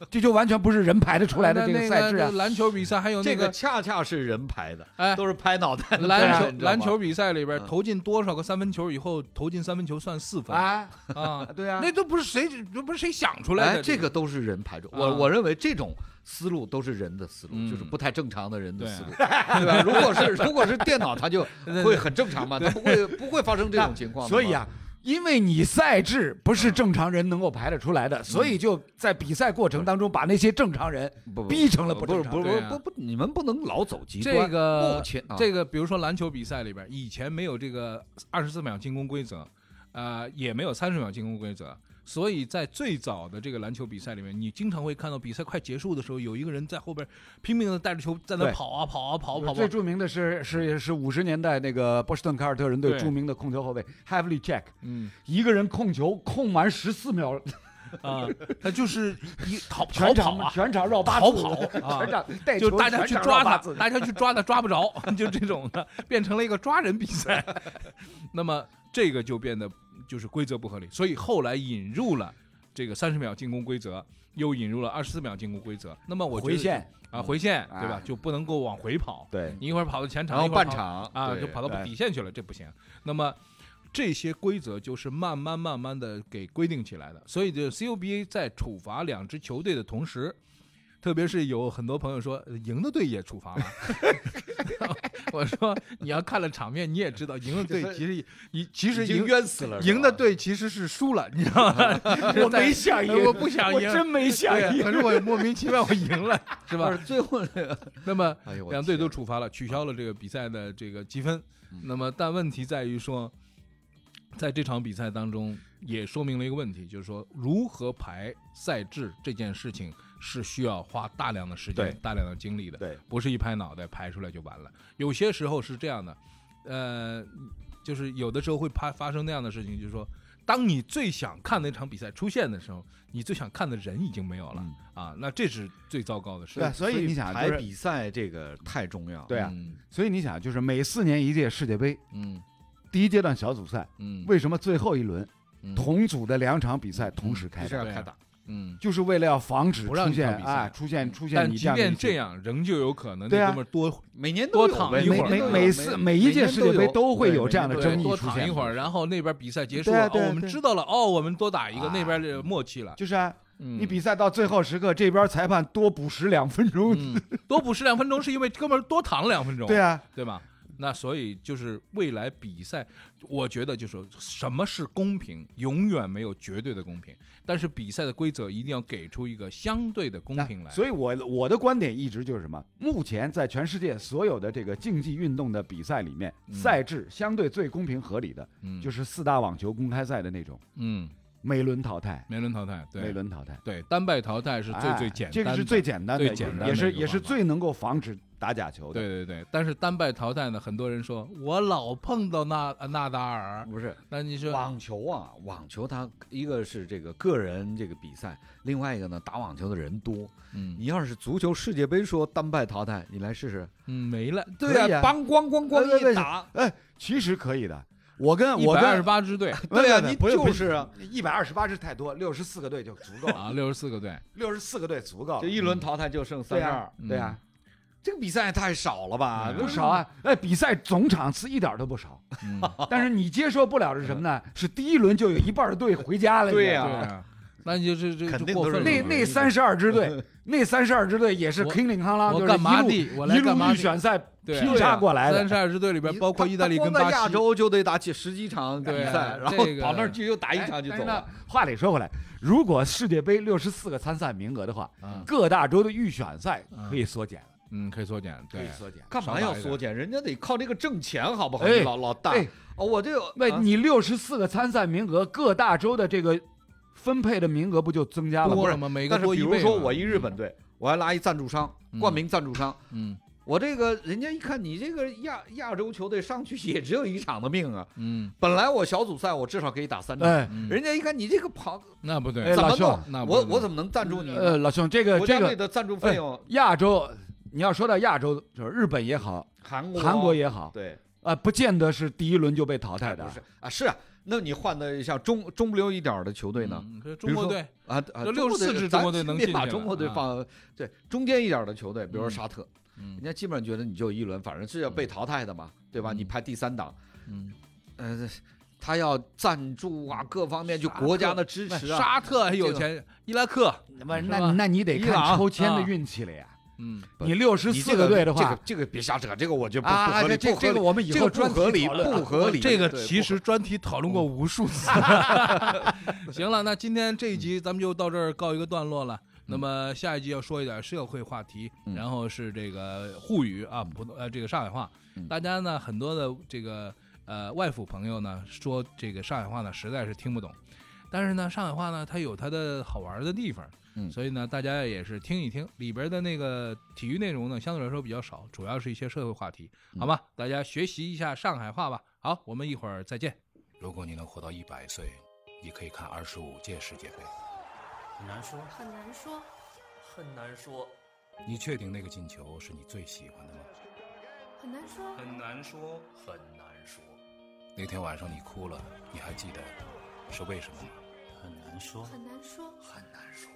[SPEAKER 6] 这就完全不是人排得出来的这个赛制
[SPEAKER 4] 那那
[SPEAKER 6] 啊
[SPEAKER 4] 个。篮球比赛还有那
[SPEAKER 5] 这
[SPEAKER 4] 个
[SPEAKER 5] 个恰恰是人排的，
[SPEAKER 4] 哎
[SPEAKER 5] 都是拍脑袋的
[SPEAKER 4] 篮
[SPEAKER 5] 对啊你
[SPEAKER 4] 球
[SPEAKER 5] 知道吗
[SPEAKER 4] 篮球比赛里边
[SPEAKER 5] 嗯
[SPEAKER 4] 投进多少个三分球以后投进三分球算四分啊
[SPEAKER 6] 啊，对啊，
[SPEAKER 4] 那都不是谁都不是谁想出来
[SPEAKER 5] 哎，
[SPEAKER 4] 的
[SPEAKER 5] 这个都是人排出。
[SPEAKER 4] 啊
[SPEAKER 5] 我我认为这种思路都是人的思路，
[SPEAKER 4] 嗯
[SPEAKER 5] 就是不太正常的人的
[SPEAKER 4] 对啊
[SPEAKER 5] 思路，对吧？如 果是如果是电脑，它就会很正常嘛，它不会不会发生这种情况。
[SPEAKER 6] 所以，啊。因为你赛制不是正常人能够排得出来的，所以就在比赛过程当中把那些正常人
[SPEAKER 5] 不不
[SPEAKER 6] 逼成了
[SPEAKER 5] 呃不
[SPEAKER 6] 不
[SPEAKER 5] 是
[SPEAKER 6] 正
[SPEAKER 5] 不
[SPEAKER 6] 常。
[SPEAKER 5] 是
[SPEAKER 4] 对啊
[SPEAKER 5] 不不不，你们不能老走极端。
[SPEAKER 4] 这个
[SPEAKER 5] 抱歉啊，
[SPEAKER 4] 这个，比如说篮球比赛里边，以前没有这个二十四秒进攻规则，呃，也没有三十秒进攻规则，所以在最早的这个篮球比赛里面，你经常会看到比赛快结束的时候，有一个人在后边拼命的带着球在那
[SPEAKER 6] 对
[SPEAKER 4] 跑啊跑啊跑啊跑啊，
[SPEAKER 6] 最著名的是是是五十年代那个波士顿凯尔特人队
[SPEAKER 4] 对
[SPEAKER 6] 著名的控球后卫 h a v l y Jack，
[SPEAKER 4] 嗯
[SPEAKER 6] 一个人控球控完十四秒，
[SPEAKER 4] 啊，他就是一逃逃
[SPEAKER 6] 全
[SPEAKER 4] 跑
[SPEAKER 6] 场
[SPEAKER 4] 啊，
[SPEAKER 6] 全场绕八
[SPEAKER 4] 逃
[SPEAKER 6] 字
[SPEAKER 4] 跑啊
[SPEAKER 6] 全场带
[SPEAKER 4] 就
[SPEAKER 6] 哎球
[SPEAKER 4] 大家
[SPEAKER 6] 全
[SPEAKER 4] 去
[SPEAKER 6] 场
[SPEAKER 4] 抓
[SPEAKER 6] 绕八
[SPEAKER 4] 他
[SPEAKER 6] 字，
[SPEAKER 4] 大家去抓他抓不着， 就这种的，变成了一个抓人比 赛。那么这个就变得就是规则不合理，所以后来引入了这个三十秒进攻规则，又引入了二十四秒进攻规则。那么我觉得
[SPEAKER 6] 回线
[SPEAKER 4] 啊，回线
[SPEAKER 6] 啊
[SPEAKER 4] 对吧？就不能够往回跑，
[SPEAKER 6] 对
[SPEAKER 4] 你一会儿跑到前场，
[SPEAKER 5] 然后
[SPEAKER 4] 一会儿
[SPEAKER 5] 半
[SPEAKER 4] 跑
[SPEAKER 5] 场
[SPEAKER 4] 啊，
[SPEAKER 5] 对哎
[SPEAKER 4] 就跑到
[SPEAKER 6] 对
[SPEAKER 4] 底线去了，这不行。那么这些规则就是慢慢慢慢的给规定起来的，所以就 CUBA 在处罚两支球队的同时，特别是有很多朋友说呃赢的队也处 罚了， 我说你要看了场面你也知道，赢的队其实你其实
[SPEAKER 5] 已经
[SPEAKER 4] 赢
[SPEAKER 5] 冤死了，是吧
[SPEAKER 4] 赢的队其实是输了，你知道 吗？
[SPEAKER 6] 我没想赢，
[SPEAKER 4] 我不想赢
[SPEAKER 6] 我真没想
[SPEAKER 4] 对，
[SPEAKER 6] 赢。
[SPEAKER 4] 可是我莫名其妙我赢了，是
[SPEAKER 5] 不
[SPEAKER 4] 吧
[SPEAKER 5] 是？最后 那个，
[SPEAKER 4] 那么。
[SPEAKER 5] 哎呦，我
[SPEAKER 4] 两队都
[SPEAKER 5] 天
[SPEAKER 4] 处罚了，取消了这个比赛的这个积分
[SPEAKER 5] 嗯。
[SPEAKER 4] 那么，但问题在于说，在这场比赛当中，也说明了一个问题，就是说如何排赛制这件事情是需要花大量的时
[SPEAKER 6] 对
[SPEAKER 4] 间、大量的精力的，
[SPEAKER 6] 对，
[SPEAKER 4] 不是一拍脑袋排出来就完了。有些时候是这样的，呃，就是有的时候会发发生那样的事情，就是说当你最想看那场比赛出现的时候，你最想看的人已经没有了、
[SPEAKER 5] 嗯
[SPEAKER 4] 啊，那这是最糟糕的事。
[SPEAKER 6] 对，啊所以你想
[SPEAKER 5] 排
[SPEAKER 6] 就是
[SPEAKER 5] 比赛这个太重要。
[SPEAKER 6] 对啊
[SPEAKER 4] 嗯
[SPEAKER 6] 所以你想，就是每四年一届世界杯，
[SPEAKER 4] 嗯
[SPEAKER 6] 第一阶段小组赛，
[SPEAKER 4] 嗯，
[SPEAKER 6] 为什么最后一轮
[SPEAKER 4] 嗯
[SPEAKER 6] 同组的两场比赛同时开
[SPEAKER 5] 就是
[SPEAKER 6] 打，
[SPEAKER 5] 要
[SPEAKER 4] 对啊
[SPEAKER 5] 开打，
[SPEAKER 4] 嗯，
[SPEAKER 6] 就是为了要防止
[SPEAKER 4] 不让
[SPEAKER 6] 出
[SPEAKER 4] 你看
[SPEAKER 6] 现
[SPEAKER 4] 比赛
[SPEAKER 6] 啊出现出现
[SPEAKER 4] 但
[SPEAKER 6] 你
[SPEAKER 4] 即
[SPEAKER 6] 这样的
[SPEAKER 4] 便
[SPEAKER 6] 一些
[SPEAKER 4] 这样，仍旧有可能
[SPEAKER 6] 对啊
[SPEAKER 4] 这么多
[SPEAKER 5] 每年
[SPEAKER 4] 多
[SPEAKER 5] 都有
[SPEAKER 4] 躺
[SPEAKER 5] 呗
[SPEAKER 4] 一
[SPEAKER 5] 每
[SPEAKER 4] 会儿
[SPEAKER 5] 年
[SPEAKER 4] 每
[SPEAKER 5] 都有
[SPEAKER 6] 每次每一届世界杯都会有这样的
[SPEAKER 5] 对
[SPEAKER 6] 争议
[SPEAKER 4] 多
[SPEAKER 6] 出
[SPEAKER 4] 躺
[SPEAKER 6] 现
[SPEAKER 4] 一会儿，然后那边比赛结束
[SPEAKER 6] 对啊
[SPEAKER 4] 了，
[SPEAKER 6] 对
[SPEAKER 4] 哦，
[SPEAKER 6] 啊
[SPEAKER 4] 我们
[SPEAKER 6] 对啊
[SPEAKER 4] 知道了，哦，我们多打一个，
[SPEAKER 6] 啊
[SPEAKER 4] 那边的默契了。嗯
[SPEAKER 6] 就是啊，
[SPEAKER 4] 你
[SPEAKER 6] 你比赛到最后时刻，这边裁判多补时两分钟，
[SPEAKER 4] 嗯，多补时两分钟是因为哥们儿多躺了两分钟，
[SPEAKER 6] 对啊，
[SPEAKER 4] 对吧？那所以就是未来比赛，我觉得就是什么是公平，永远没有绝对的公平，但是比赛的规则一定要给出一个相对的公
[SPEAKER 6] 那
[SPEAKER 4] 平来。
[SPEAKER 6] 所以我我的观点一直就是什么？目前在全世界所有的这个竞技运动的比赛里面，
[SPEAKER 4] 嗯
[SPEAKER 6] 赛制相对最公平合理的，
[SPEAKER 4] 嗯，
[SPEAKER 6] 就是是四大网球公开赛的那种
[SPEAKER 4] 嗯，
[SPEAKER 6] 每轮淘汰，
[SPEAKER 4] 每轮淘汰，
[SPEAKER 6] 每
[SPEAKER 4] 对
[SPEAKER 6] 轮淘汰
[SPEAKER 4] 对，单败淘汰是最
[SPEAKER 6] 哎
[SPEAKER 4] 最简单的，
[SPEAKER 6] 这个是最简单的，
[SPEAKER 4] 最简单的
[SPEAKER 6] 也
[SPEAKER 4] 一
[SPEAKER 6] 是
[SPEAKER 4] 个
[SPEAKER 6] 也是
[SPEAKER 4] 方法
[SPEAKER 6] 最能够防止打假球的。
[SPEAKER 4] 对对对，但是单败淘汰呢，很多人说我老碰到纳呃纳达尔，
[SPEAKER 5] 不是
[SPEAKER 4] 那你说
[SPEAKER 5] 网球啊，网球它一个是这个个人这个比赛，另外一个呢打网球的人多。
[SPEAKER 4] 嗯
[SPEAKER 5] 你要是足球世界杯说单败淘汰，你来试试。啊
[SPEAKER 4] 嗯没了，
[SPEAKER 6] 对呀
[SPEAKER 5] 呀，梆咣咣
[SPEAKER 6] 对对
[SPEAKER 5] 咣
[SPEAKER 6] 对
[SPEAKER 5] 一打，
[SPEAKER 6] 哎，其实可以的。我跟
[SPEAKER 4] 一
[SPEAKER 6] 我
[SPEAKER 4] 百
[SPEAKER 6] 跟
[SPEAKER 4] 二十八支队
[SPEAKER 5] 对 呀，
[SPEAKER 6] 不
[SPEAKER 5] 你
[SPEAKER 6] 不不
[SPEAKER 5] 就是啊，
[SPEAKER 6] 一百二十八支太多，六十四个队就足够了，
[SPEAKER 4] 啊，六十四个队，
[SPEAKER 6] 六十四个队足够了
[SPEAKER 5] 这。一轮淘汰就剩三
[SPEAKER 6] 对
[SPEAKER 5] 十
[SPEAKER 6] 呀
[SPEAKER 5] 二，，
[SPEAKER 4] 嗯
[SPEAKER 6] 对呀，
[SPEAKER 5] 这个比赛太少了吧？
[SPEAKER 4] 对啊
[SPEAKER 6] 不少啊！哎，比赛总场次一点都不少。
[SPEAKER 4] 嗯，
[SPEAKER 6] 但是你接受不了是什么呢？是第一轮就有一半的队回家了。
[SPEAKER 5] 对
[SPEAKER 4] 对
[SPEAKER 5] 呀
[SPEAKER 4] 啊，那你就这这
[SPEAKER 5] 肯
[SPEAKER 4] 就
[SPEAKER 5] 定
[SPEAKER 4] 过
[SPEAKER 5] 都是
[SPEAKER 4] 分了
[SPEAKER 6] 那
[SPEAKER 4] 嘛。
[SPEAKER 6] 那三十二支队， 那三十二支队也是
[SPEAKER 4] 我
[SPEAKER 6] 叮铃哐啷，
[SPEAKER 4] 我
[SPEAKER 6] 就是
[SPEAKER 4] 干嘛
[SPEAKER 6] 一路
[SPEAKER 4] 的我来
[SPEAKER 6] 一
[SPEAKER 4] 干嘛
[SPEAKER 6] 路
[SPEAKER 4] 的
[SPEAKER 6] 预选赛
[SPEAKER 4] 对
[SPEAKER 6] 拼杀过来
[SPEAKER 4] 三十
[SPEAKER 6] 的。
[SPEAKER 4] 二支队里边包括意大利跟
[SPEAKER 5] 他光在
[SPEAKER 4] 巴
[SPEAKER 5] 亚
[SPEAKER 4] 西，
[SPEAKER 5] 洲就得打几十几场比
[SPEAKER 4] 对啊
[SPEAKER 5] 赛，然后
[SPEAKER 4] 这个
[SPEAKER 5] 跑那儿就又打一
[SPEAKER 6] 哎
[SPEAKER 5] 场就
[SPEAKER 6] 但
[SPEAKER 5] 走
[SPEAKER 6] 是呢
[SPEAKER 5] 了。，
[SPEAKER 6] 话里说回来，如果世界杯六十四个参赛名额的话，
[SPEAKER 4] 嗯
[SPEAKER 6] 各大洲的预选赛
[SPEAKER 4] 嗯
[SPEAKER 6] 可以缩减了，
[SPEAKER 4] 嗯，可以缩减，
[SPEAKER 6] 可以
[SPEAKER 4] 对，
[SPEAKER 6] 缩减。
[SPEAKER 5] 干嘛要缩减？人家得靠这个挣钱，好不好？
[SPEAKER 6] 哎
[SPEAKER 5] 老老大，
[SPEAKER 6] 哎，
[SPEAKER 5] 哦，我这个
[SPEAKER 6] 那
[SPEAKER 5] 啊
[SPEAKER 6] 你六十四个参赛名额，各大洲的这个分配的名额不就增加了
[SPEAKER 4] 多
[SPEAKER 6] 吗？
[SPEAKER 4] 了嘛，每个
[SPEAKER 5] 但是
[SPEAKER 4] 多
[SPEAKER 5] 比
[SPEAKER 4] 一
[SPEAKER 5] 如
[SPEAKER 4] 倍
[SPEAKER 5] 说
[SPEAKER 4] 嘛
[SPEAKER 5] 我一日本，队，我还拉一赞助商，
[SPEAKER 4] 嗯
[SPEAKER 5] 冠名赞助商，
[SPEAKER 4] 嗯
[SPEAKER 5] 我这个人家一看你这个亚亚洲球队上去 也只有一场的命啊。
[SPEAKER 4] 嗯，
[SPEAKER 5] 本来我小组赛我至少可以打三场，
[SPEAKER 6] 哎，
[SPEAKER 4] 嗯
[SPEAKER 5] 人家一看你这个跑
[SPEAKER 4] 那不
[SPEAKER 6] 哎
[SPEAKER 4] 对，
[SPEAKER 5] 怎
[SPEAKER 6] 老
[SPEAKER 5] 么
[SPEAKER 6] 兄
[SPEAKER 4] 那
[SPEAKER 5] 弄，
[SPEAKER 4] 不
[SPEAKER 5] 我
[SPEAKER 4] 能
[SPEAKER 5] 我怎么能赞助你呢？
[SPEAKER 6] 呃，老兄，这个
[SPEAKER 5] 国
[SPEAKER 6] 这
[SPEAKER 5] 家
[SPEAKER 6] 个哎
[SPEAKER 5] 队的赞助费用，
[SPEAKER 6] 亚洲，你要说到亚洲，就是日本也好，
[SPEAKER 5] 韩国
[SPEAKER 6] 韩国也好，
[SPEAKER 5] 对，
[SPEAKER 6] 啊，不见得是第一轮就被淘汰的
[SPEAKER 5] 不。是啊是啊，那你换的像中中不溜一点儿的球队呢？
[SPEAKER 4] 嗯这中国队，
[SPEAKER 5] 啊，啊
[SPEAKER 4] 这
[SPEAKER 5] 中国队
[SPEAKER 4] 64支中
[SPEAKER 5] 咱
[SPEAKER 4] 国队能
[SPEAKER 5] 先别
[SPEAKER 4] 进去
[SPEAKER 5] 把
[SPEAKER 4] 了
[SPEAKER 5] 中国队
[SPEAKER 4] 啊
[SPEAKER 5] 放对中间一点儿的球队，比如说
[SPEAKER 4] 嗯
[SPEAKER 5] 沙特，
[SPEAKER 4] 嗯
[SPEAKER 5] 人家基本上觉得你就一轮，反正是要被淘汰的嘛，对吧？
[SPEAKER 4] 嗯
[SPEAKER 5] 你排第三档，
[SPEAKER 4] 嗯，
[SPEAKER 5] 呃，他要赞助啊，各方面就国家的支持啊，
[SPEAKER 4] 沙特还有
[SPEAKER 5] 这个
[SPEAKER 4] 钱，伊拉克，
[SPEAKER 6] 不
[SPEAKER 4] 是吧
[SPEAKER 6] 是，那那你得
[SPEAKER 5] 伊朗
[SPEAKER 6] 看抽签的运气了呀。
[SPEAKER 4] 嗯，
[SPEAKER 5] 啊不
[SPEAKER 6] 你六十
[SPEAKER 5] 你
[SPEAKER 6] 四
[SPEAKER 5] 这
[SPEAKER 6] 个队的
[SPEAKER 5] 这个
[SPEAKER 6] 话，
[SPEAKER 5] 这个别瞎扯，这个我觉得不不
[SPEAKER 6] 啊，
[SPEAKER 5] 合理，
[SPEAKER 6] 这这
[SPEAKER 5] 不合
[SPEAKER 6] 这个
[SPEAKER 5] 理，
[SPEAKER 6] 我们以
[SPEAKER 5] 这
[SPEAKER 6] 后
[SPEAKER 5] 个不
[SPEAKER 6] 专
[SPEAKER 5] 合
[SPEAKER 6] 题
[SPEAKER 5] 理，
[SPEAKER 6] 讨论
[SPEAKER 5] 不合嗯理，
[SPEAKER 4] 啊这个
[SPEAKER 5] 对
[SPEAKER 4] 其实专题讨论过无数 次。行了，那今天这一
[SPEAKER 5] 嗯
[SPEAKER 4] 集咱们就到这儿告一个段落了。那么下一集要说一点社会话题，
[SPEAKER 5] 嗯
[SPEAKER 4] 然后是这个沪语啊，普通呃这个上海话，
[SPEAKER 5] 嗯
[SPEAKER 4] 大家呢很多的这个呃外府朋友呢说这个上海话呢实在是听不懂，但是呢上海话呢它有它的好玩的地方，
[SPEAKER 5] 嗯
[SPEAKER 4] 所以呢大家也是听一听里边的那个体育内容呢相对来说比较少，主要是一些社会话题，好吧，大家学习一下上海话吧。好，我们一会儿再见。
[SPEAKER 1] 如果你能活到一百岁，你可以看二十五届世界杯。
[SPEAKER 2] 很难说，
[SPEAKER 3] 很难说，
[SPEAKER 2] 很难说，
[SPEAKER 1] 你确定那个进球是你最喜欢的吗？
[SPEAKER 3] 很难说，
[SPEAKER 2] 很难说，很难说，
[SPEAKER 1] 那天晚上你哭了，你还记得是为什么吗？
[SPEAKER 2] 很难说，
[SPEAKER 3] 很难说。
[SPEAKER 2] 很难说。